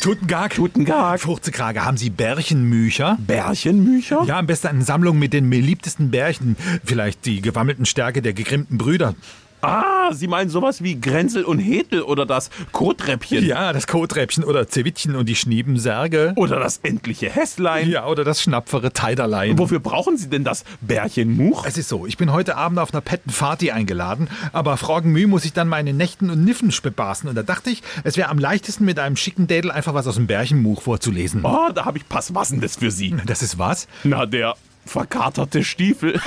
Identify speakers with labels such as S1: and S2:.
S1: Tuttengag.
S2: Tuttengag.
S1: Furzekrage. Haben Sie Bärchenmücher?
S2: Bärchenmücher?
S1: Ja, am besten eine Sammlung mit den beliebtesten Bärchen. Vielleicht die gewammelten Stärke der gegrimmten Brüder.
S2: Ah, Sie meinen sowas wie Grenzel und Hetel oder das Koträppchen.
S1: Ja, das Koträppchen oder Zewittchen und die Schniebensärge.
S2: Oder das endliche Hässlein.
S1: Ja, oder das schnapfere Teiderlein.
S2: Wofür brauchen Sie denn das Bärchenmuch?
S1: Es ist so, ich bin heute Abend auf einer Petten Party eingeladen, aber Frogenmüh muss ich dann meine Nächten und Niffen bespaßen. Und da dachte ich, es wäre am leichtesten, mit einem schicken Dädel einfach was aus dem Bärchenmuch vorzulesen.
S2: Ah, Oh, da habe ich passendes für Sie.
S1: Das ist was?
S2: Na, der verkaterte Stiefel.